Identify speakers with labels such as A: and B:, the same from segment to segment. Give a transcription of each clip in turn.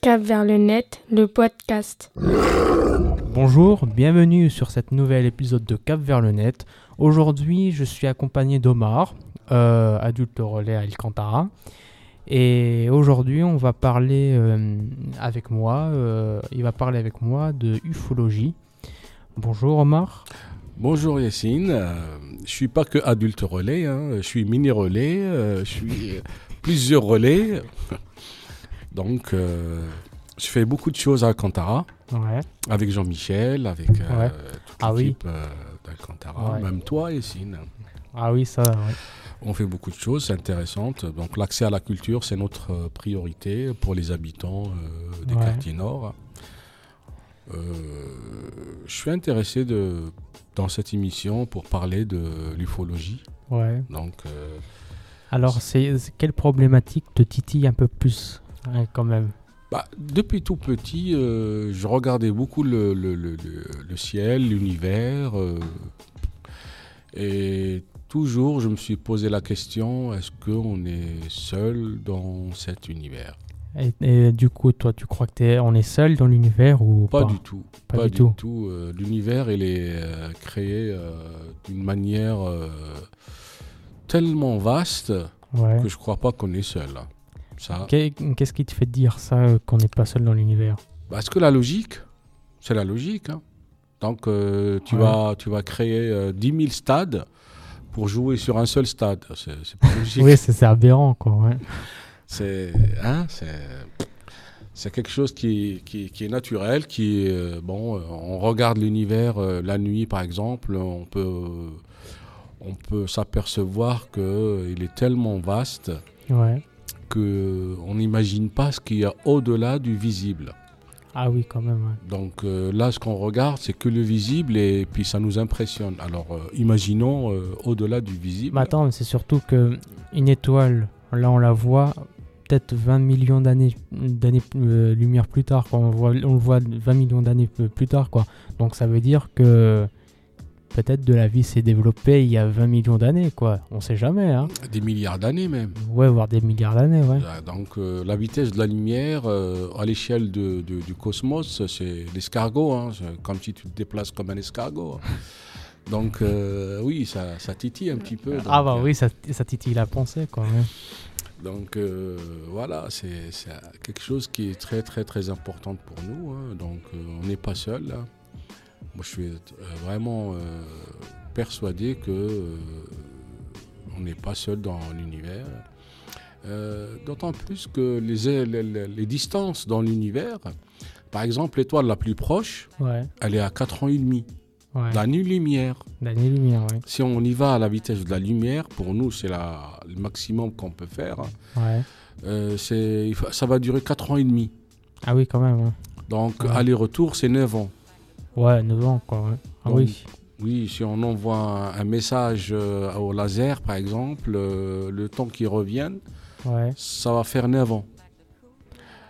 A: Cap vers le net, le podcast.
B: Bonjour, bienvenue sur cet nouvel épisode de Cap vers le net. Aujourd'hui, je suis accompagné d'Omar, euh, adulte relais à Alcantara. Et aujourd'hui, on va parler euh, avec moi, euh, il va parler avec moi de ufologie. Bonjour Omar.
C: Bonjour Yacine, Euh, je suis pas que adulte relais, hein. je suis mini relais, euh, je suis plusieurs relais. Donc, euh, je fais beaucoup de choses à Alcantara,
B: Ouais.
C: avec Jean-Michel, avec euh,
B: Ouais.
C: toute
B: Ah oui.
C: l'équipe euh, d'Alcantara,
B: Ouais.
C: même toi Yacine.
B: Ah oui, ça. ouais.
C: On fait beaucoup de choses c'est intéressantes. Donc, l'accès à la culture, c'est notre euh, priorité pour les habitants euh, des
B: Ouais.
C: quartiers nord. Euh, je suis intéressé de, dans cette émission pour parler de l'ufologie.
B: Ouais.
C: Donc, euh,
B: Alors, c'est c'est- quelle problématique te titille un peu plus hein, quand même
C: bah, depuis tout petit, euh, je regardais beaucoup le, le- le- le- le ciel, l'univers. euh, et toujours, je me suis posé la question est-ce qu'on est seul dans cet univers
B: et, et du coup, toi, tu crois que t'es- on est seul dans l'univers ou pas,
C: Pas du tout.
B: Pas du tout.
C: Euh, L'univers, il est euh, créé euh, d'une manière euh, tellement vaste
B: Ouais.
C: que je crois pas qu'on est seul. hein. Ça.
B: Ah. Qu'est- Qu'est-ce qui te fait dire ça, euh, qu'on n'est pas seul dans l'univers
C: Parce que la logique, c'est la logique. hein. Donc, euh, tu,
B: Ouais.
C: vas, tu vas créer euh, 10 000 stades pour jouer sur un seul stade. C'est c'est pas logique.
B: Oui, c'est c'est aberrant, quoi. ouais.
C: C'est hein, c'est- c'est quelque chose qui, qui, qui est naturel, qui est, euh, bon, euh, on regarde l'univers euh, la nuit par exemple, on peut on peut s'apercevoir que euh, il est tellement vaste
B: Ouais.
C: que euh, on n'imagine pas ce qu'il y a au-delà du visible.
B: Ah oui, quand même. ouais.
C: Donc euh, là, ce qu'on regarde, c'est que le visible et puis ça nous impressionne. Alors euh, imaginons euh, au-delà du visible.
B: Mais attends, c'est surtout que une étoile, là, on la voit peut-être 20 millions d'années d'années euh, lumière plus tard. Quoi. On, voit, on le voit 20 millions d'années p- plus tard, quoi. Donc ça veut dire que peut-être de la vie s'est développée il y a 20 millions d'années, quoi. On sait jamais, hein.
C: Des milliards d'années même.
B: Ouais, voire des milliards d'années, ouais.
C: Ah, Donc euh, la vitesse de la lumière euh, à l'échelle de- de- du cosmos, c'est l'escargot, hein. C'est comme si tu te déplaces comme un escargot. hein. Donc euh, oui, ça, ça titille un petit peu. Donc,
B: Ah bah
C: euh,
B: oui, ça, ça titille la pensée, quoi. ouais.
C: Donc euh, voilà, c'est c'est quelque chose qui est très très très important pour nous. hein. Donc euh, on n'est pas seul. hein. Moi je suis euh, vraiment euh, persuadé que euh, on n'est pas seul dans l'univers. Euh, D'autant plus que les, les- les- les distances dans l'univers, par exemple l'étoile la plus proche,
B: Ouais,
C: elle est à 4 ans et demi,
B: ouais.
C: d'année lumière.
B: D'années-lumière, ouais.
C: Si on y va à la vitesse de la lumière, pour nous c'est la- le maximum qu'on peut faire. hein.
B: ouais.
C: Euh, c'est- il fa- ça va durer 4 ans et demi.
B: Ah oui, quand même, ouais.
C: Donc,
B: Ouais.
C: aller-retour, c'est 9 ans.
B: Ouais, 9 ans, quoi. ouais. Ah
C: Donc,
B: oui.
C: Oui, si on envoie un, un message euh, au laser, par exemple, euh, le temps qu'il revienne,
B: Ouais.
C: ça va faire 9 ans.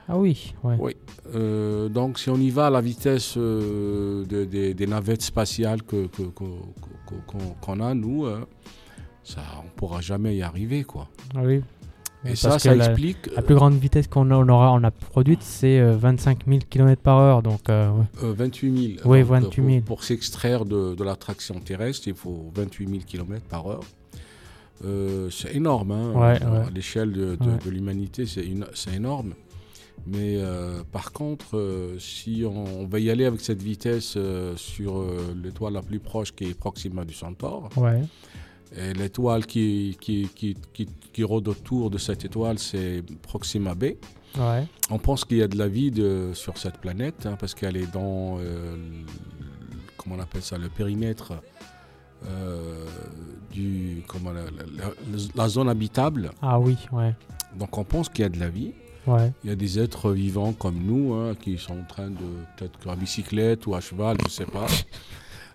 B: Ah oui, ouais.
C: Oui. Euh, donc, si on y va à la vitesse euh, de- des- des navettes spatiales que- que- que- que- qu'on qu'on a, nous, euh, ça, on ne pourra jamais y arriver. Quoi.
B: Ah oui.
C: Et
B: Parce
C: ça,
B: que
C: ça
B: la,
C: explique. euh,
B: la plus grande vitesse qu'on a- on aura, on a produite, c'est euh, 25 000 km par heure. Donc, euh, ouais.
C: Euh, 28 000.
B: Oui,
C: Donc, euh,
B: 28 000.
C: Pour, pour s'extraire de, de l'attraction terrestre, il faut 28 000 km par heure. Euh, c'est énorme. hein.
B: Ouais,
C: Euh,
B: ouais.
C: À l'échelle de, de-
B: Ouais.
C: de l'humanité, c'est, une- c'est énorme. Mais euh, par contre, euh, si on, on va y aller avec cette vitesse euh, sur euh, l'étoile la plus proche qui est Proxima du Centaure,
B: ouais.
C: et l'étoile qui, qui, qui, qui, qui rôde autour de cette étoile, c'est Proxima B.
B: Ouais.
C: On pense qu'il y a de la vie de- sur cette planète, hein, parce qu'elle est dans, euh, le- comment on appelle ça, le périmètre euh, du, comment, la, la- la- la zone habitable.
B: Ah oui, ouais.
C: Donc on pense qu'il y a de la vie.
B: Ouais.
C: Il y a des êtres vivants comme nous, hein, qui sont en train de, peut-être qu'à bicyclette ou à cheval, je ne sais pas.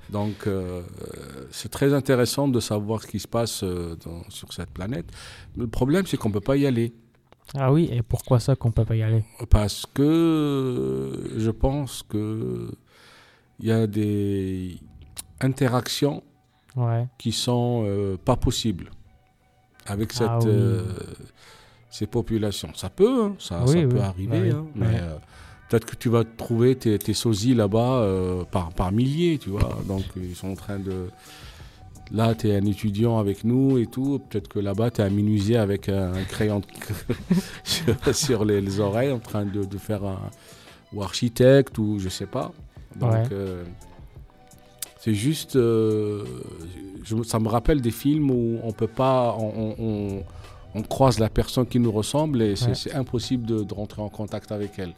C: Donc euh, euh, c'est très intéressant de savoir ce qui se passe euh, dans- sur cette planète. Mais le problème, c'est qu'on ne peut pas y aller.
B: Ah oui, et pourquoi ça qu'on peut pas y aller
C: Parce que je pense que il y a des interactions
B: Ouais.
C: qui sont euh, pas possibles avec cette,
B: Ah oui.
C: euh, ces populations. Ça peut, hein, ça,
B: Oui,
C: ça
B: oui.
C: peut arriver,
B: Bah oui.
C: hein, mais
B: Ouais.
C: euh, peut-être que tu vas trouver tes, tes sosies là-bas euh, par, par milliers, tu vois. Donc ils sont en train de... Là, tu es un étudiant avec nous et tout. Peut-être que là-bas, tu es un menuisier avec un, un crayon de- sur, sur les, les oreilles en train de, de faire un... ou architecte ou je sais pas. Donc...
B: Ouais.
C: euh, c'est juste, euh, je- ça me rappelle des films où on peut pas, on, on- on- on croise la personne qui nous ressemble et c'est
B: Ouais.
C: c'est impossible de, de rentrer en contact avec elle.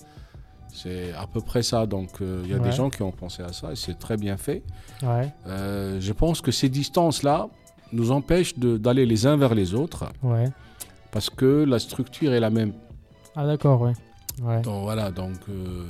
C: C'est à peu près ça. Donc euh, il y a
B: Ouais.
C: des gens qui ont pensé à ça et c'est très bien fait.
B: Ouais,
C: Euh, je pense que ces distances-là nous empêchent de- d'aller les uns vers les autres
B: ouais.
C: parce que la structure est la même.
B: Ah d'accord, ouais. Ouais.
C: Donc voilà, donc euh,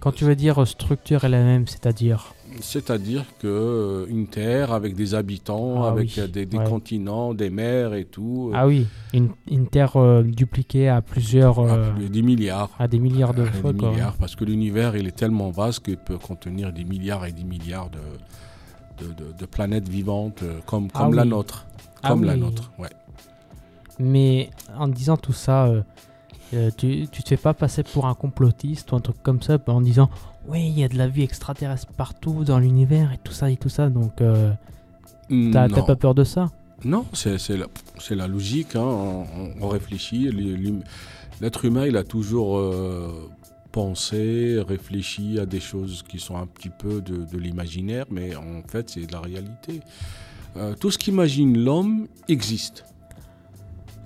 B: Quand tu veux dire euh, structure est la même, c'est-à-dire
C: C'est-à-dire que euh, une terre avec des habitants,
B: Ah
C: avec
B: oui,
C: euh, des, des
B: ouais.
C: continents, des mers et tout, euh,
B: Ah oui, une, une terre euh, dupliquée à plusieurs, euh,
C: à ah, plus de 10 milliards.
B: à des milliards de
C: À des
B: fois quoi.
C: milliards, parce que l'univers il est tellement vaste qu'il peut contenir des milliards et des milliards de, de, de- de planètes vivantes euh, comme,
B: Ah
C: comme la
B: oui.
C: nôtre.
B: Ah
C: Comme la
B: oui.
C: nôtre, ouais.
B: Mais en disant tout ça, euh, euh, tu, tu te fais pas passer pour un complotiste ou un truc comme ça bah, en disant oui, il y a de la vie extraterrestre partout dans l'univers et tout ça et tout ça. Donc euh, t'as t'as
C: Non.
B: pas peur de ça
C: Non, c'est c'est la, c'est la logique. hein, On, on- on réfléchit. l'hu- l'hum- L'être humain, il a toujours euh, pensé, réfléchi à des choses qui sont un petit peu de, de l'imaginaire, mais en fait, c'est de la réalité. Euh, tout ce qu'imagine l'homme existe.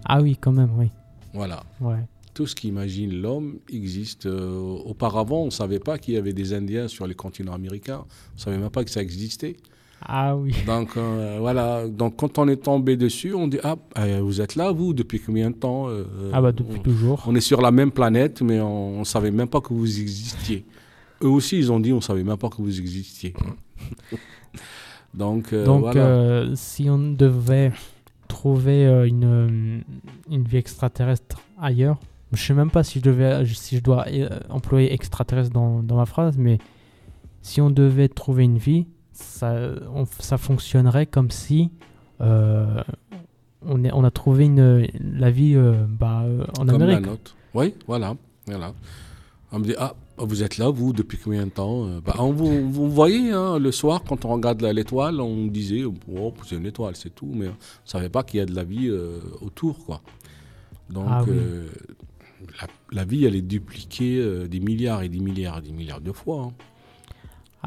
B: Ah oui, quand même, oui.
C: Voilà.
B: Ouais.
C: Tout ce qu'imagine l'homme existe. Euh, auparavant, on ne savait pas qu'il y avait des Indiens sur les continents américains. On ne savait même pas que ça existait.
B: Ah oui.
C: Donc euh, voilà, donc quand on est tombé dessus, on dit ah euh, vous êtes là vous depuis combien de temps Euh,
B: Ah bah depuis toujours.
C: on, on est sur la même planète mais on, ne savait même pas que vous existiez. Eux aussi ils ont dit on savait même pas que vous existiez. donc euh,
B: Mm. Donc
C: voilà.
B: euh, si on devait trouver euh, une, euh, une vie extraterrestre ailleurs, je sais même pas si je, devais, si je dois euh, employer extraterrestre dans, dans ma phrase, mais si on devait trouver une vie, ça, on- ça fonctionnerait comme si euh, on, est- on a trouvé une, la vie euh, bah, euh, en
C: Comme la
B: Amérique.
C: nôtre. Oui, voilà, voilà. On me dit ah vous êtes là vous depuis combien de temps Euh, bah, on vous, vous voyez hein, le soir quand on regarde la- l'étoile on disait oh c'est une étoile c'est tout mais on savait pas qu'il y a de la vie euh, autour quoi. Donc
B: Ah oui.
C: euh, la, la vie elle est dupliquée euh, des milliards et des milliards et des milliards de fois. hein.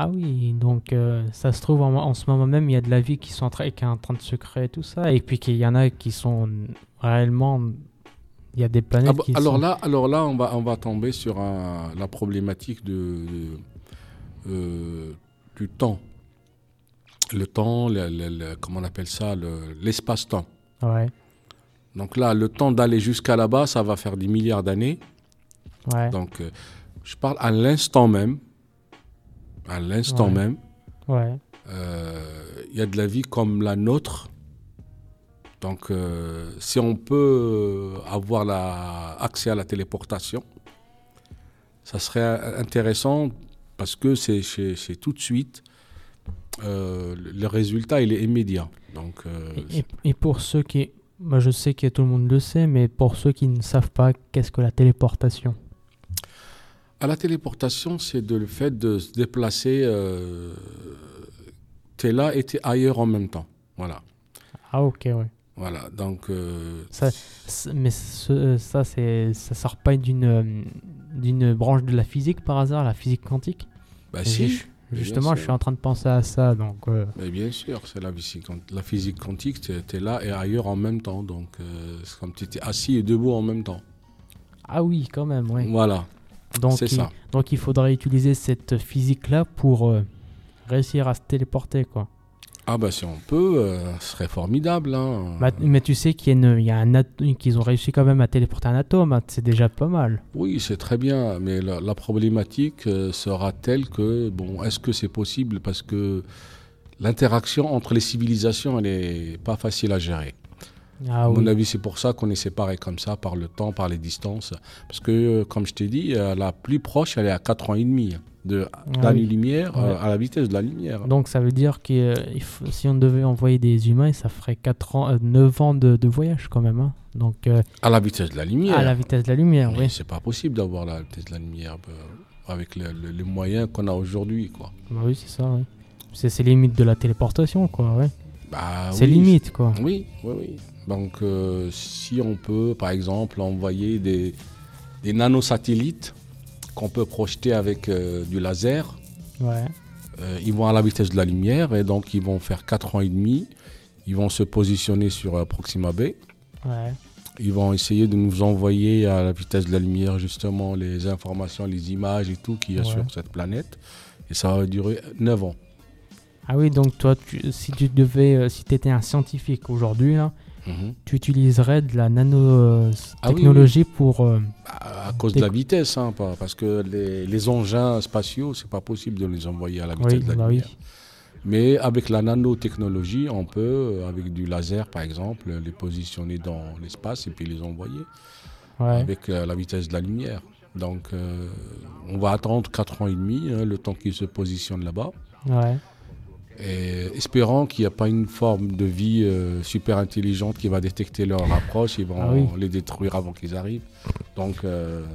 B: Ah oui, donc euh, ça se trouve en, en ce moment même, il y a de la vie qui, sont en train- qui est en train de se créer, tout ça. Et puis qu'il y en a qui sont réellement. Il y a des planètes
C: Ah bah,
B: qui
C: alors
B: sont-
C: là, alors là, on va on va tomber sur un- la problématique de, de- euh, du temps, le temps, le- le- le- comment on appelle ça, le- l'espace-temps.
B: Ouais,
C: Donc là, le temps d'aller jusqu'à là-bas, ça va faire des milliards d'années.
B: ouais,
C: Donc euh, je parle à l'instant même, à l'instant
B: Ouais.
C: même,
B: ouais.
C: euh, il y a de la vie comme la nôtre. Donc euh, si on peut avoir la- accès à la téléportation, ça serait euh, intéressant parce que c'est c'est- c'est tout de suite. Euh, le- le résultat, il est immédiat. Donc, euh,
B: Et- Et, et pour ceux qui. Moi, je sais que tout le monde le sait, mais pour ceux qui ne savent pas, qu'est-ce que la téléportation
C: à la téléportation, c'est de- le fait de se déplacer. Euh, t'es là et t'es ailleurs en même temps. Voilà.
B: Ah, ok, ouais.
C: Voilà. Donc, euh,
B: Ça- C'est- Mais ce- euh, ça, c'est, ça sort pas d'une, euh, d'une branche de la physique par hasard, la physique quantique
C: bah,
B: J'ai-
C: si. bien
B: Justement, je
C: sûr.
B: suis en train de penser à ça, donc. euh,
C: Mais bien sûr, c'est la physique, quant- la physique quantique, tu es là et ailleurs en même temps. Donc, euh, c'est comme tu étais assis et debout en même temps.
B: Ah oui, quand même, ouais.
C: Voilà,
B: Donc,
C: c'est
B: il,
C: ça.
B: donc il faudrait utiliser cette physique-là pour euh, réussir à se téléporter, quoi.
C: Ah bah si on peut, euh, ce serait formidable. hein.
B: Bah, mais tu sais qu'il y a une- il y a un at- qu'ils ont réussi quand même à téléporter un atome, hein, c'est déjà pas mal.
C: Oui, c'est très bien, mais la, la problématique euh, sera telle que, bon, est-ce que c'est possible Parce que l'interaction entre les civilisations, elle n'est pas facile à gérer.
B: Ah
C: à mon
B: oui.
C: avis, c'est pour ça qu'on est séparés comme ça, par le temps, par les distances. Parce que, euh, comme je t'ai dit, euh, la plus proche, elle est à 4 ans et demi hein, de
B: Ah oui.
C: l'année-lumière euh,
B: Ouais.
C: à la vitesse de la lumière.
B: Donc ça veut dire que euh, il faut- si on devait envoyer des humains, ça ferait 4 ans, 9 ans de, de voyage quand même. hein. Donc euh,
C: À la vitesse de la lumière.
B: à la vitesse de la lumière,
C: Mais
B: oui.
C: C'est pas possible d'avoir la vitesse de la lumière euh, avec le- le- les moyens qu'on a aujourd'hui, quoi.
B: Bah oui, c'est ça, oui. C'est c'est limite de la téléportation, quoi, ouais.
C: Bah
B: c'est
C: oui,
B: limite, quoi.
C: Oui, oui, oui. Donc, euh, si on peut, par exemple, envoyer des, des nanosatellites qu'on peut projeter avec euh, du laser,
B: Ouais.
C: euh, ils vont à la vitesse de la lumière et donc ils vont faire 4 ans et demi. Ils vont se positionner sur euh, Proxima B.
B: ouais.
C: Ils vont essayer de nous envoyer à la vitesse de la lumière, justement, les informations, les images et tout qu'il y a
B: Ouais.
C: sur cette planète. Et ça va durer 9 ans.
B: Ah oui, donc toi, tu- si tu devais, euh, si tu étais un scientifique aujourd'hui, hein, là,
C: Mhm.
B: tu utiliserais de la nanotechnologie
C: Ah oui,
B: technologie pour... euh,
C: Bah, À à cause de la vitesse, hein, pas- parce que les, les engins spatiaux, c'est pas possible de les envoyer à la vitesse
B: oui,
C: de la
B: bah oui.
C: lumière. Mais avec la nanotechnologie, on peut, euh, avec du laser par exemple, les positionner dans l'espace et puis les envoyer
B: Ouais.
C: avec euh, la vitesse de la lumière. Donc euh, on va attendre 4 ans et demi, hein, le temps qu'ils se positionnent là-bas,
B: ouais.
C: et espérant qu'il n'y a pas une forme de vie euh, super intelligente qui va détecter leur approche, ils vont
B: Ah oui.
C: les détruire avant qu'ils arrivent. Donc euh,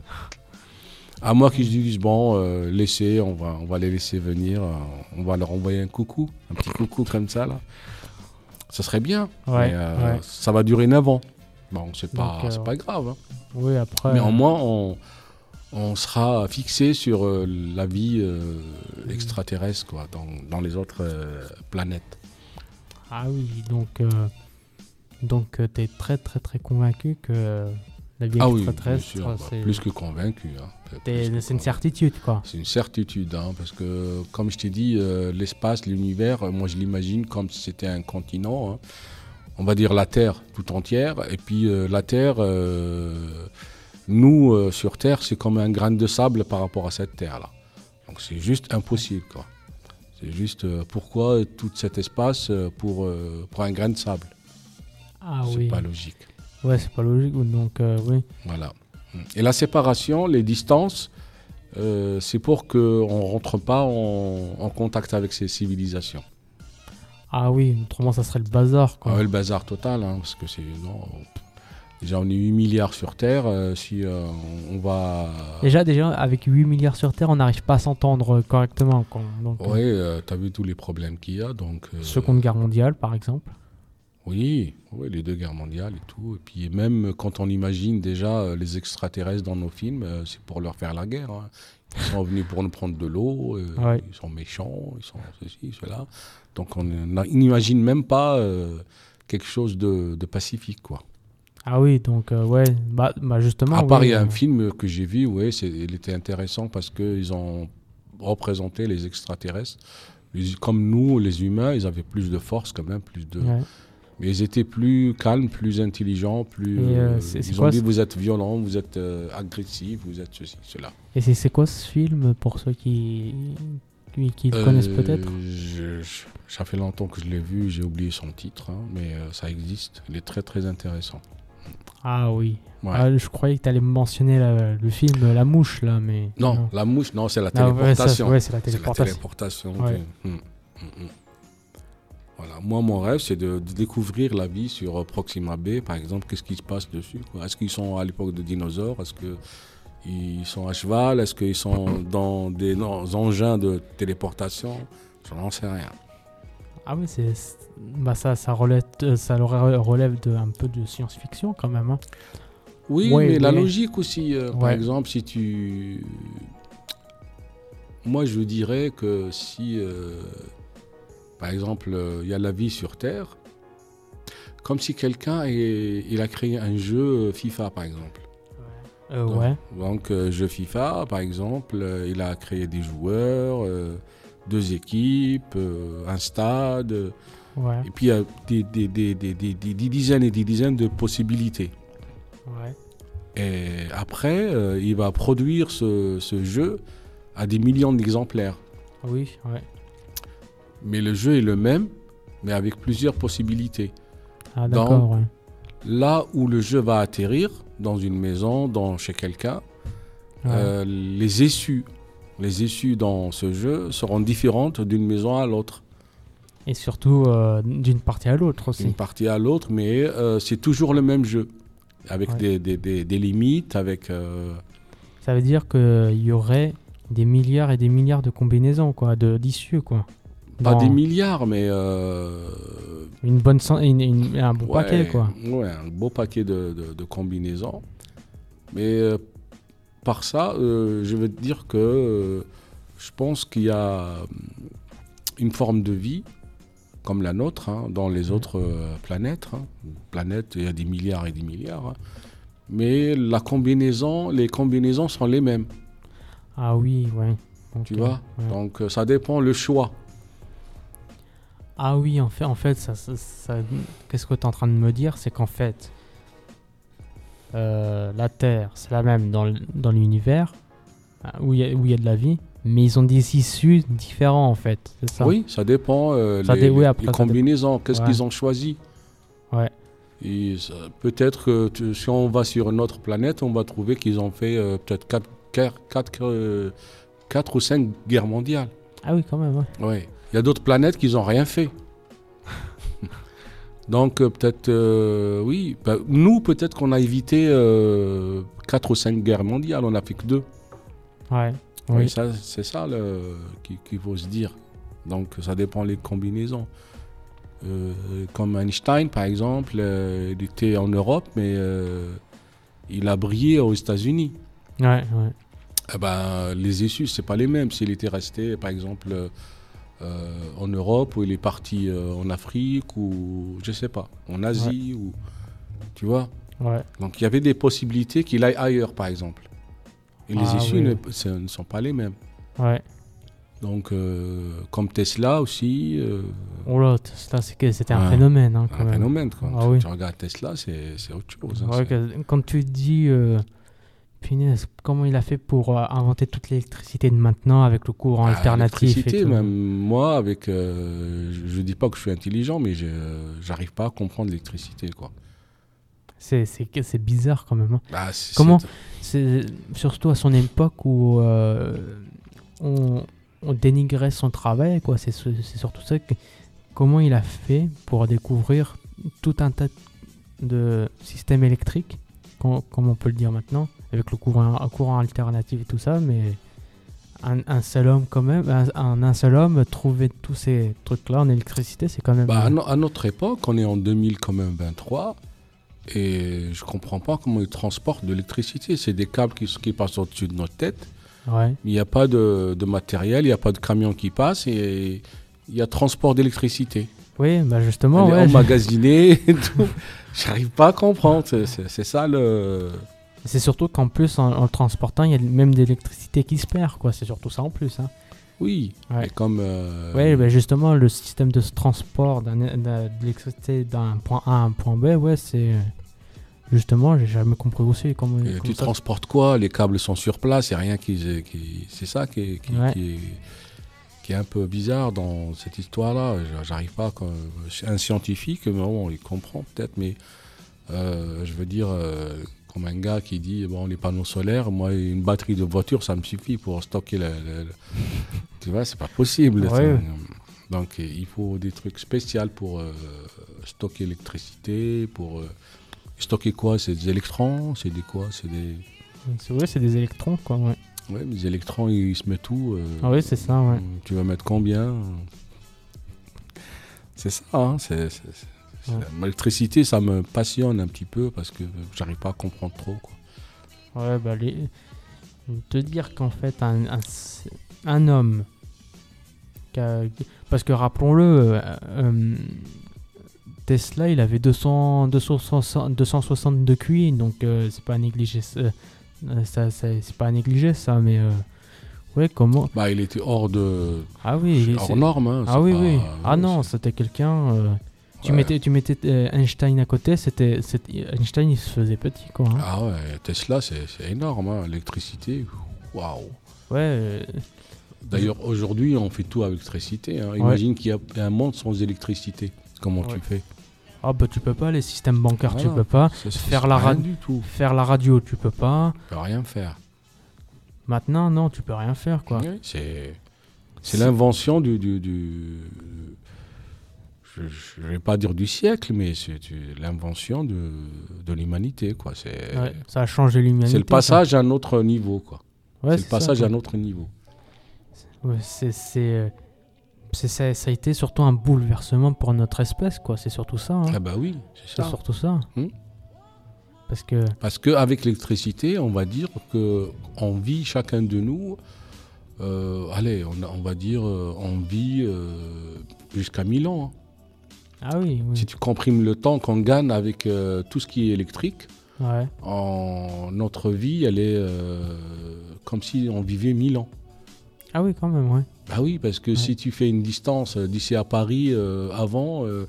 C: à moi qu'ils se disent, bon, euh, laissez, on va, on va les laisser venir, euh, on va leur envoyer un coucou, un petit coucou comme ça, là. Ça serait bien,
B: Ouais,
C: mais euh,
B: ouais.
C: ça va durer 9 ans. Bon, c'est pas,
B: Donc, euh,
C: c'est pas grave. hein.
B: Oui, après...
C: Mais
B: euh,
C: en moins, on, on sera fixé sur euh, la vie euh, extraterrestre quoi, dans, dans les autres euh, planètes.
B: Ah oui, donc... euh, Donc euh, t'es très très très convaincu que euh, la vie
C: ah oui, bien
B: extraterrestre,
C: sûr, bah,
B: c'est
C: plus que convaincu. hein. Plus que
B: t'es- c'est une
C: convaincu.
B: certitude, quoi.
C: C'est une certitude, hein, parce que comme je t'ai dit, euh, l'espace, l'univers, euh, moi je l'imagine comme si c'était un continent. hein. On va dire la Terre tout entière, et puis euh, la Terre, euh, nous euh, sur Terre, c'est comme un grain de sable par rapport à cette Terre-là. Donc c'est juste impossible, quoi. C'est juste euh, pourquoi tout cet espace euh, pour, euh, pour un grain de sable
B: Ah
C: C'est
B: oui.
C: pas logique.
B: Ouais, c'est pas logique, donc euh, oui.
C: Voilà. Et la séparation, les distances, euh, c'est pour qu'on ne rentre pas en, en contact avec ces civilisations.
B: Ah oui, autrement ça serait le bazar, quoi.
C: Ah ouais, le bazar total, hein, parce que c'est. non, on- Déjà, on est 8 milliards sur Terre. euh, si euh, on on va.
B: Déjà, déjà, avec 8 milliards sur Terre, on n'arrive pas à s'entendre euh, correctement. quoi. Donc, euh,
C: Oui, tu as vu tous les problèmes qu'il y a. Donc, euh,
B: Seconde Guerre mondiale, par exemple.
C: Oui, oui, les deux guerres mondiales et tout. Et puis même quand on imagine déjà euh, les extraterrestres dans nos films, euh, c'est pour leur faire la guerre. hein. Ils sont venus pour nous prendre de l'eau, euh,
B: Ouais.
C: ils sont méchants, ils sont ceci, cela. Donc on n'a- n'imagine même pas euh, quelque chose de, de pacifique. Quoi.
B: Ah oui, donc, euh, ouais, bah, bah, justement.
C: à part,
B: oui,
C: il y a
B: euh,
C: un film que j'ai vu, ouais, c'est- il était intéressant parce qu'ils ont représenté les extraterrestres. Ils- Comme nous, les humains, ils avaient plus de force quand même, plus de...
B: ouais.
C: Mais ils étaient plus calmes, plus intelligents, plus.
B: Et, euh,
C: euh,
B: c'est- c'est
C: ils
B: quoi
C: ont dit
B: ce-
C: vous êtes violents, vous êtes euh, agressifs, vous êtes ceci, cela.
B: Et c'est- c'est quoi ce film pour ceux qui, qui, qui le connaissent
C: Euh,
B: peut-être
C: je- je- Ça fait longtemps que je l'ai vu, j'ai oublié son titre, hein, mais euh, ça existe. Il est très très intéressant.
B: Ah oui.
C: Ouais.
B: Ah, je croyais que tu allais me mentionner la- le film euh, La Mouche, là, mais.
C: non, la mouche, non, c'est la
B: Ah, ouais, ça,
C: téléportation.
B: ouais, c'est la
C: c'est la
B: téléportation.
C: téléportation.
B: Ouais.
C: tu- Hmm, hmm, hmm. Voilà. Moi, mon rêve, c'est de, de découvrir la vie sur euh, Proxima B, par exemple. Qu'est-ce qui se passe dessus quoi. Est-ce qu'ils sont à l'époque de dinosaures Est-ce que ils sont à cheval Est-ce qu'ils sont dans des dans- engins de téléportation Je n'en sais rien.
B: Ah oui, c'est. c'est- Bah, ça, ça relève, euh, ça leur relève de, un peu de science-fiction quand même. hein.
C: Oui,
B: Ouais,
C: mais la
B: ouais.
C: logique aussi. euh, Par
B: Ouais.
C: exemple, si tu. Moi, je dirais que si, euh, par exemple, euh, il y a la vie sur Terre, comme si quelqu'un est- il a créé un jeu FIFA, par exemple.
B: Euh,
C: Donc,
B: ouais.
C: Donc, euh, jeu FIFA, par exemple, euh, il a créé des joueurs, euh, deux équipes, euh, un stade, euh,
B: Ouais.
C: et puis il y a des- des- des- des- des- des- des dizaines et des dizaines de possibilités.
B: Ouais.
C: Et après, euh, il va produire ce, ce jeu à des millions d'exemplaires.
B: Oui, ouais.
C: Mais le jeu est le même, mais avec plusieurs possibilités.
B: Ah d'accord, ouais.
C: là où le jeu va atterrir, dans une maison, dans, chez quelqu'un,
B: Ouais.
C: euh, les issues, les issues dans ce jeu seront différentes d'une maison à l'autre,
B: Et surtout euh, d'une partie à l'autre aussi.
C: d'une partie à l'autre, mais euh, c'est toujours le même jeu, avec
B: Ouais.
C: des, des- des- des limites, avec euh,
B: Ça veut dire qu'il y aurait des milliards et des milliards de combinaisons, quoi, de- d'issues, quoi.
C: pas
B: Dans
C: des milliards, mais euh,
B: Une bonne, cent- une- une- un bon
C: Ouais,
B: paquet, quoi.
C: Ouais, un beau paquet de, de- de combinaisons. Mais euh, par ça, euh, je veux te dire que euh, je pense qu'il y a hum, une forme de vie comme la nôtre hein, dans les autres euh, planètes. hein. Planètes, il y a des milliards et des milliards. hein. Mais la combinaison, les combinaisons sont les mêmes,
B: Ah oui, ouais. Ok,
C: tu vois.
B: ouais.
C: Donc euh, ça dépend le choix.
B: Ah oui, en fait, en fait ça, ça- ça- qu'est-ce que tu es en train de me dire C'est qu'en fait, euh, la Terre, c'est la même dans l- dans l'univers, euh, où il y, a- où il y a de la vie, mais ils ont des issues différentes, en fait. C'est ça
C: Oui, ça dépend euh,
B: Ça
C: les,
B: dé- oui,
C: les-
B: après,
C: les
B: ça dépend.
C: combinaisons. Qu'est-ce
B: Ouais.
C: qu'ils ont choisi
B: Ouais.
C: Et ça- Peut-être que tu- si on va sur une autre planète, on va trouver qu'ils ont fait euh, peut-être 4 quatre, quatre, euh, quatre ou 5 guerres mondiales.
B: Ah oui, quand même, ouais.
C: Ouais. Il y a d'autres planètes qui n'ont rien fait. Donc euh, peut-être, euh, oui, bah, nous peut-être qu'on a évité 4 ou 5 guerres mondiales, on n'a fait que 2.
B: Ouais. Oui.
C: Ça, c'est ça le, qui, qui faut se dire. Donc ça dépend les combinaisons. Euh, comme Einstein, par exemple, euh, il était en Europe, mais euh, il a brillé aux États-Unis.
B: Ouais, ouais.
C: Eh ben, les issues, c'est pas les mêmes. S'il était resté, par exemple, euh, euh, en Europe, ou il est parti euh, en Afrique, ou je sais pas, en Asie, ou tu vois.
B: Ouais.
C: Donc il y avait des possibilités qu'il aille ailleurs, par exemple. Et les
B: Ah, oui.
C: issues ne- ce ne sont pas les mêmes.
B: Ouais.
C: Donc, euh, comme Tesla aussi, euh,
B: Oh là, t- putain, c'est que- c'était un
C: Ouais.
B: phénomène. Hein, quand
C: un
B: même.
C: phénomène. Quand
B: Ah
C: tu,
B: oui.
C: tu regardes Tesla, c'est c'est autre chose. hein,
B: Ouais,
C: c'est-
B: que- quand tu dis, euh, punaise, comment il a fait pour euh, inventer toute l'électricité de maintenant avec le courant
C: Ah,
B: alternatif et
C: l'électricité,
B: tout.
C: même moi, avec, euh, je- je dis pas que je suis intelligent, mais je- euh, j'arrive pas à comprendre l'électricité. quoi.
B: C'est- C'est que- c'est bizarre quand même. hein.
C: Bah, c'est-
B: Comment
C: c'est-
B: C'est surtout à son époque où euh, on, on dénigrait son travail, quoi. C'est su- c'est surtout ça que comment il a fait pour découvrir tout un tas de systèmes électriques, com- comme on peut le dire maintenant, avec le courant, un courant alternatif et tout ça, mais un, un seul homme quand même, un, un- un seul homme trouver tous ces trucs-là en électricité, c'est quand même.
C: bah, à, no- à notre époque, on est en 2023, et je comprends pas comment ils transportent de l'électricité. C'est des câbles qui, s- qui passent au-dessus de notre tête.
B: ouais,
C: Il n'y a pas de, de matériel, il n'y a pas de camion qui passe, et il y a transport d'électricité.
B: oui, bah justement,
C: On est
B: ouais,
C: emmagasinée et tout. J'arrive pas à comprendre. C'est- C'est c'est ça le.
B: C'est surtout qu'en plus, en, en le transportant, il y a même de l'électricité qui se perd, quoi. C'est surtout ça en plus. Hein.
C: Oui.
B: Ouais.
C: Et comme. euh,
B: Ouais, bah justement, le système de ce transport d'un- d'un- de l'électricité d'un point A à un point B, ouais, c'est. Justement, j'ai jamais compris aussi comment.
C: et
B: comment
C: euh, tu
B: ça-
C: transportes quoi Les câbles sont sur place, il n'y a rien qui. qui- c'est ça qui est, qui,
B: Ouais.
C: qui est, qui est un peu bizarre dans cette histoire-là. J'arrive pas. Comme, un scientifique, mais bon, il comprend peut-être, mais euh, je veux dire, euh, comme un gars qui dit bon, les panneaux solaires, moi, une batterie de voiture, ça me suffit pour stocker le. le- le- tu vois, c'est pas possible.
B: Ouais.
C: C'est- Donc, euh, il faut des trucs spéciaux pour euh, stocker l'électricité, pour. euh, Stocker quoi C'est des électrons C'est des quoi C'est des.
B: C'est ouais, c'est des électrons, quoi. Ouais,
C: Ouais, mais les électrons, ils se mettent où euh,
B: ah, ouais c'est ça, ouais.
C: Tu vas mettre combien C'est ça, hein, c'est- c'est- c'est- c'est-
B: Ouais.
C: L'électricité, ça me passionne un petit peu parce que j'arrive pas à comprendre trop. quoi.
B: Ouais, bah, les- te dire qu'en fait, un, un, s- un homme. qui a- Parce que rappelons-le, euh, euh, Tesla, il avait 200, 260, 260 de QI, donc euh, c'est pas à négliger. ça- euh, ça, ça- c'est pas à négliger ça, mais. euh, ouais, comment.
C: Bah, il était hors de.
B: Ah oui, il- c'est-
C: hors norme. hein,
B: Ah
C: c'est
B: oui,
C: pas-
B: oui. Ah
C: ouais,
B: non,
C: c'est-
B: c'était quelqu'un. euh, Tu
C: ouais.
B: mettais, tu mettais euh, Einstein à côté, c'était, c'était- Einstein il se faisait petit quoi. hein.
C: Ah ouais, Tesla, c'est c'est énorme. hein, L'électricité, waouh.
B: Ouais, euh,
C: D'ailleurs, aujourd'hui, on fait tout avec l'électricité. hein. Imagine qu'il y a un monde sans électricité. Comment
B: Ouais.
C: tu fais
B: Ah bah tu peux pas, les systèmes bancaires tu
C: Voilà.
B: peux pas,
C: Ça se
B: Faire
C: fait
B: la
C: rien
B: rad-
C: du tout.
B: faire la radio tu peux pas.
C: Tu peux rien faire.
B: Maintenant non, tu peux rien faire quoi.
C: Oui, C'est
B: C'est-
C: c'est l'invention du. du- du- je- je ne vais pas dire du siècle, mais c'est du- l'invention de, de l'humanité. quoi. C'est
B: Ouais, ça a changé l'humanité.
C: c'est le
B: ça.
C: passage à un autre niveau. quoi.
B: Ouais,
C: c'est le
B: ça,
C: passage
B: quoi.
C: à un autre niveau.
B: Ouais, c'est- c'est, euh, c'est- ça, ça a été surtout un bouleversement pour notre espèce, quoi. C'est surtout ça. hein.
C: Ah bah oui, c'est
B: C'est
C: ça.
B: surtout ça.
C: Hmm.
B: Parce que
C: Parce qu'avec l'électricité, on va dire que on vit chacun de nous, euh, allez, on, a- on va dire, euh, on vit euh, jusqu'à 1000 ans. hein.
B: ah oui, oui.
C: Si tu comprimes le temps qu'on gagne avec euh, tout ce qui est électrique,
B: Ouais.
C: en, notre vie, elle est euh, comme si on vivait 1000 ans.
B: ah oui quand même, ouais.
C: Bah oui, parce que
B: Ouais.
C: si tu fais une distance euh, d'ici à Paris euh, avant, euh,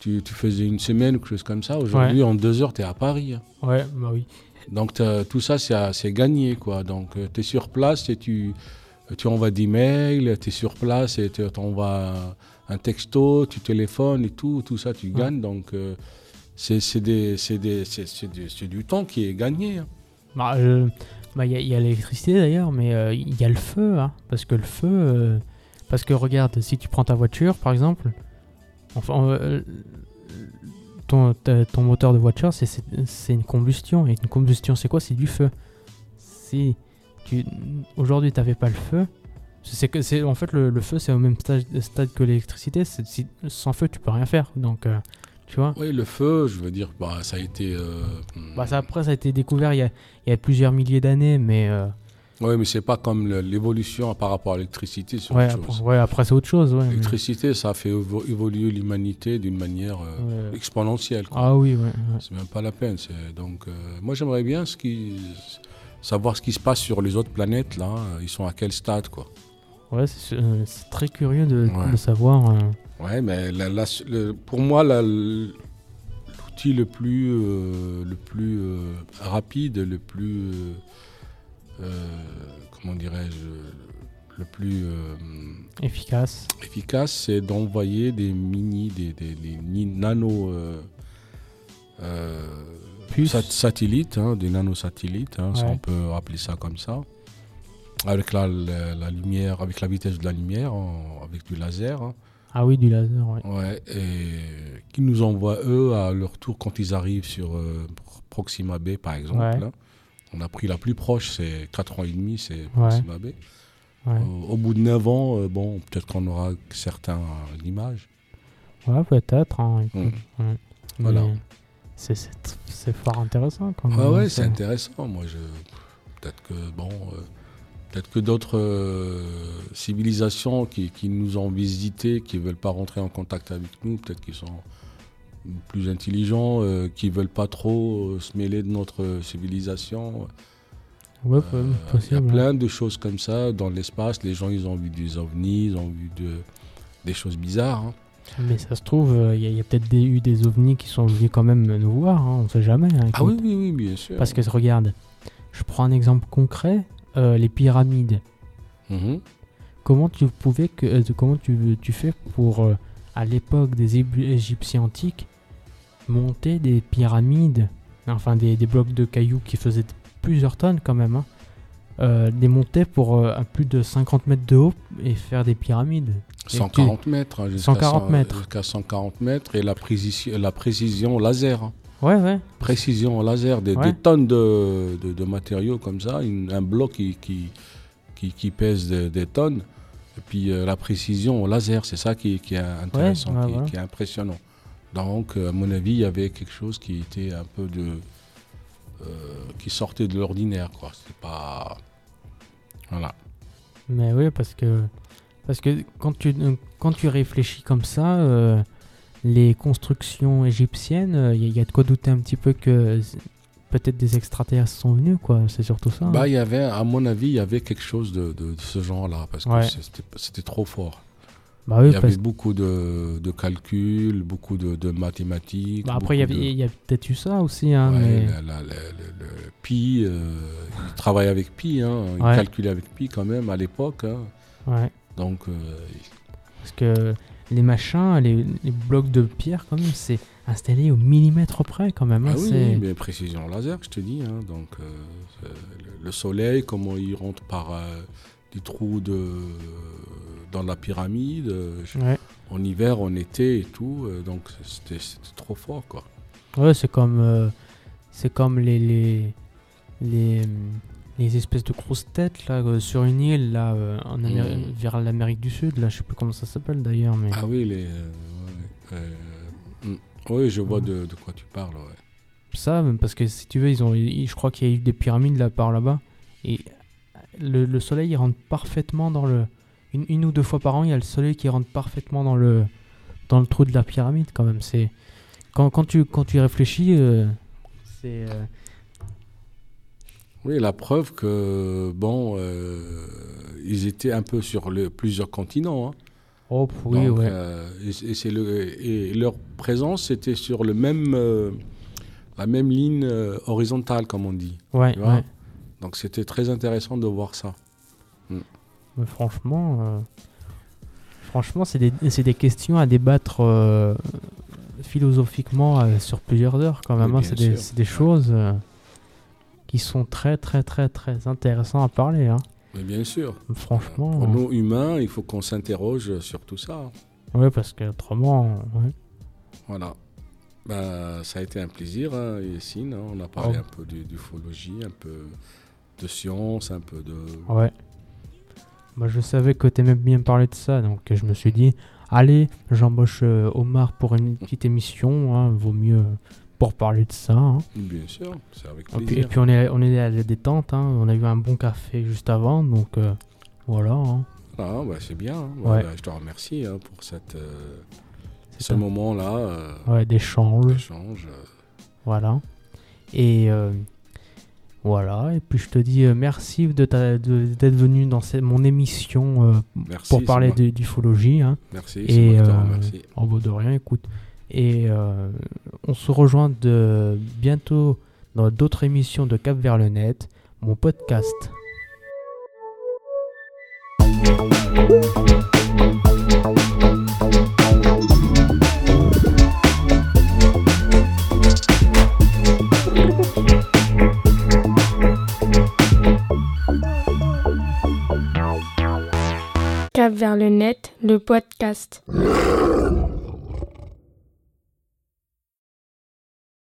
C: tu, tu faisais une semaine ou quelque chose comme ça. Aujourd'hui, en deux heures, tu es à Paris. hein.
B: Ouais, bah oui.
C: Donc t'as- tout ça, c'est à- c'est gagné, quoi. Donc tu es sur place et tu, euh, tu envoies des mails, tu es sur place et tu envoies un texto, tu téléphones et tout, tout ça, tu gagnes. Donc euh, c'est c'est des- c'est des- c'est- c'est des- c'est du temps qui est gagné. hein.
B: Bah, je- bah, il y a, il y a l'électricité d'ailleurs, mais euh, il y a le feu, hein. parce que le feu, euh, parce que regarde, si tu prends ta voiture, par exemple, enfin, euh, ton, ta- ton moteur de voiture, c'est- c'est c'est une combustion, et une combustion, c'est quoi C'est du feu. Si tu aujourd'hui t'avais pas le feu, c'est que c'est en fait le, le feu, c'est au même stage- stade que l'électricité. c'est- si- sans feu, tu peux rien faire. Donc, euh, tu vois.
C: Oui, le feu, je veux dire, bah, ça a été... euh,
B: Bah, ça, après, ça a été découvert il y a, il y a plusieurs milliers d'années, mais euh,
C: Oui, mais c'est pas comme le- l'évolution par rapport à l'électricité, c'est
B: Ouais,
C: autre
B: après,
C: chose.
B: ouais, après, c'est autre chose. Ouais, mais-
C: L'électricité, ça a fait évo- évoluer l'humanité d'une manière euh,
B: Ouais.
C: exponentielle. quoi.
B: Ah oui, ouais, ouais.
C: C'est même pas la peine. c'est- Donc, euh, moi, j'aimerais bien ce qui... savoir ce qui se passe sur les autres planètes. Là, hein. ils sont à quel stade, quoi.
B: Ouais, c'est euh, c'est très curieux de,
C: Ouais.
B: de savoir. euh,
C: Ouais, mais la- la- le- pour moi, la- l'outil le plus, euh, le plus euh, rapide, le plus, euh, euh, comment dirais-je, le plus euh,
B: efficace.
C: efficace, c'est d'envoyer des mini, des, des, des ni- nano. euh, euh,
B: Puce.
C: Sat- satellite, hein, des nanosatellites, hein, si
B: Ouais.
C: on peut appeler ça comme ça. Avec la, la- la lumière, avec la vitesse de la lumière, en- avec du laser. hein.
B: Ah oui, du laser, ouais.
C: Ouais, et qui nous envoient, eux, à leur tour, quand ils arrivent sur euh, Pro- Proxima B, par exemple.
B: Ouais.
C: hein. On a pris la plus proche, c'est 4 ans et demi, c'est
B: Ouais.
C: Proxima B.
B: Ouais,
C: Au, au bout de 9 ans, euh, bon, peut-être qu'on aura certains euh, l'image.
B: Ouais, peut-être. hein,
C: Mm.
B: écoute, ouais.
C: Voilà.
B: Mais C'est- C'est c'est fort intéressant quand même. hein,
C: Ouais, ouais, c'est
B: ça.
C: intéressant. Moi, je peut-être que bon, euh, peut-être que d'autres euh, civilisations qui, qui nous ont visités, qui veulent pas rentrer en contact avec nous, peut-être qu'ils sont plus intelligents, euh, qui veulent pas trop euh, se mêler de notre euh, civilisation.
B: Ouais,
C: Euh,
B: po-
C: Il y a
B: possible. hein.
C: plein de choses comme ça dans l'espace. Les gens, ils ont vu des ovnis, ils ont vu de, des choses bizarres. hein.
B: Mais ça se trouve, euh, il y a- il y a, peut-être des- eu des ovnis qui sont venus quand même nous voir, hein, on sait jamais. hein,
C: Ah
B: écoute.
C: oui, oui, oui, bien sûr.
B: Parce que regarde, je prends un exemple concret euh, les pyramides.
C: Mhm.
B: Comment tu pouvais que euh, comment tu, tu fais pour euh, à l'époque des Ébu- Égyptiens antiques monter des pyramides, enfin des, des blocs de cailloux qui faisaient plusieurs tonnes quand même, hein, euh, les monter pour euh, à plus de 50 mètres de haut et faire des pyramides. Et
C: 140 mètres. hein, jusqu'à
B: 140
C: 100
B: mètres.
C: Jusqu'à 140 mètres et la, précision, la précision au laser. hein.
B: tu- Ouais ouais.
C: Précision au laser, des,
B: Ouais.
C: des tonnes de, de- de matériaux comme ça, une- un bloc qui, qui, qui, qui pèse des, des tonnes. Et puis euh, la précision au laser, c'est ça qui, qui est intéressant,
B: ouais,
C: qui,
B: voilà.
C: qui est impressionnant. Donc, euh, à mon avis, il y avait quelque chose qui était un peu de. euh, qui sortait de l'ordinaire, quoi. C'était pas. Voilà.
B: Mais oui parce que parce que quand tu euh, quand tu réfléchis comme ça. euh, les constructions égyptiennes, il y, a- y a de quoi douter un petit peu que c'est- peut-être des extraterrestres sont venus, quoi. C'est surtout ça. hein.
C: Bah, il y avait, à mon avis, il y avait quelque chose de, de- de ce genre-là, parce que
B: Ouais.
C: c'était- c'était trop fort.
B: Bah oui,
C: il y
B: parce
C: avait beaucoup de, de calculs, beaucoup de, de mathématiques.
B: Bah, après, il y,
C: beaucoup
B: avait-
C: de-
B: il y a peut-être eu ça aussi, hein,
C: Ouais,
B: mais...
C: la- la- la- le, le pi, euh, il travaillait avec pi, hein, il
B: Ouais.
C: calculait avec pi quand même à l'époque. hein.
B: ouais,
C: Donc, euh,
B: parce que les machins, les, les blocs de pierre, quand même, c'est installé au millimètre près, quand même. hein,
C: Ah oui,
B: c'est-
C: oui, mais précision laser, je te dis. hein, donc, euh, c'est- le- le soleil, comment il rentre par euh, des trous de, dans la pyramide, euh, je-
B: Ouais.
C: en hiver, en été et tout. euh, donc, c'était c'était trop fort, quoi.
B: Ouais, c'est comme, euh, c'est comme les, les, les, les espèces de grosses têtes là, euh, sur une île là, euh, en Améri-
C: Mm.
B: vers l'Amérique du Sud. Là, je sais plus comment ça s'appelle d'ailleurs, mais
C: Ah oui, les. euh, ouais, euh, mm. oui, je vois de, de quoi tu parles, ouais.
B: ça, même parce que si tu veux, ils ont, ils- je crois qu'il y a eu des pyramides là par là-bas et le, le soleil il rentre parfaitement dans le une, une ou deux fois par an, il y a le soleil qui rentre parfaitement dans le dans le trou de la pyramide quand même. C'est quand, quand tu quand tu y réfléchis, euh, c'est euh,
C: Oui, la preuve que, bon, euh, ils étaient un peu sur le, plusieurs continents. hein.
B: oh oui
C: Donc,
B: ouais.
C: euh, et, c'est- et c'est le, et leur présence c'était sur le même, euh, la même ligne euh, horizontale, comme on dit.
B: ouais,
C: tu vois.
B: ouais.
C: Donc c'était très intéressant de voir ça.
B: Mais franchement, euh, franchement, c'est des, c'est des questions à débattre euh, philosophiquement euh, sur plusieurs heures quand
C: Oui,
B: même. hein.
C: bien
B: c'est des,
C: sûr.
B: c'est des choses euh, qui sont très très très très intéressantes à parler. hein.
C: Mais bien sûr, euh,
B: Franchement,
C: pour nous humains, il faut qu'on s'interroge sur tout ça. hein.
B: euh, ouais, parce que autrement, ouais.
C: Voilà. Bah, ça a été un plaisir, hein, Yessine. hein. On a parlé un peu du- d'ufologie, un peu de science, un peu de.
B: ouais. Moi, je savais que t'aimais bien parler de ça, donc euh, je me suis dit, allez, j'embauche euh, Omar pour une petite émission. hein, vaut mieux pour parler de ça. hein.
C: Bien sûr, c'est avec
B: Et puis, et
C: plaisir.
B: puis on est on est à la détente, hein. on a eu un bon café juste avant, donc euh, voilà. hein.
C: Ah, bah, c'est bien. hein.
B: Ouais.
C: Bah, je te remercie hein, pour cette, euh,
B: C'est
C: ce
B: un-
C: moment-là. euh,
B: ouais, d'échange,
C: d'échange, euh,
B: voilà. Et euh, voilà, et puis je te dis euh, merci de ta- de- d'être venu dans cette- mon émission euh,
C: Merci.
B: pour
C: c'est
B: parler
C: moi.
B: de- d'ufologie. Hein.
C: Merci. c'est
B: Et
C: moi qui te
B: euh,
C: remercie.
B: en vaut de rien, écoute. Et euh, on se rejoint de, bientôt dans d'autres émissions de Cap vers le net, mon podcast.
A: Cap vers le net, le podcast.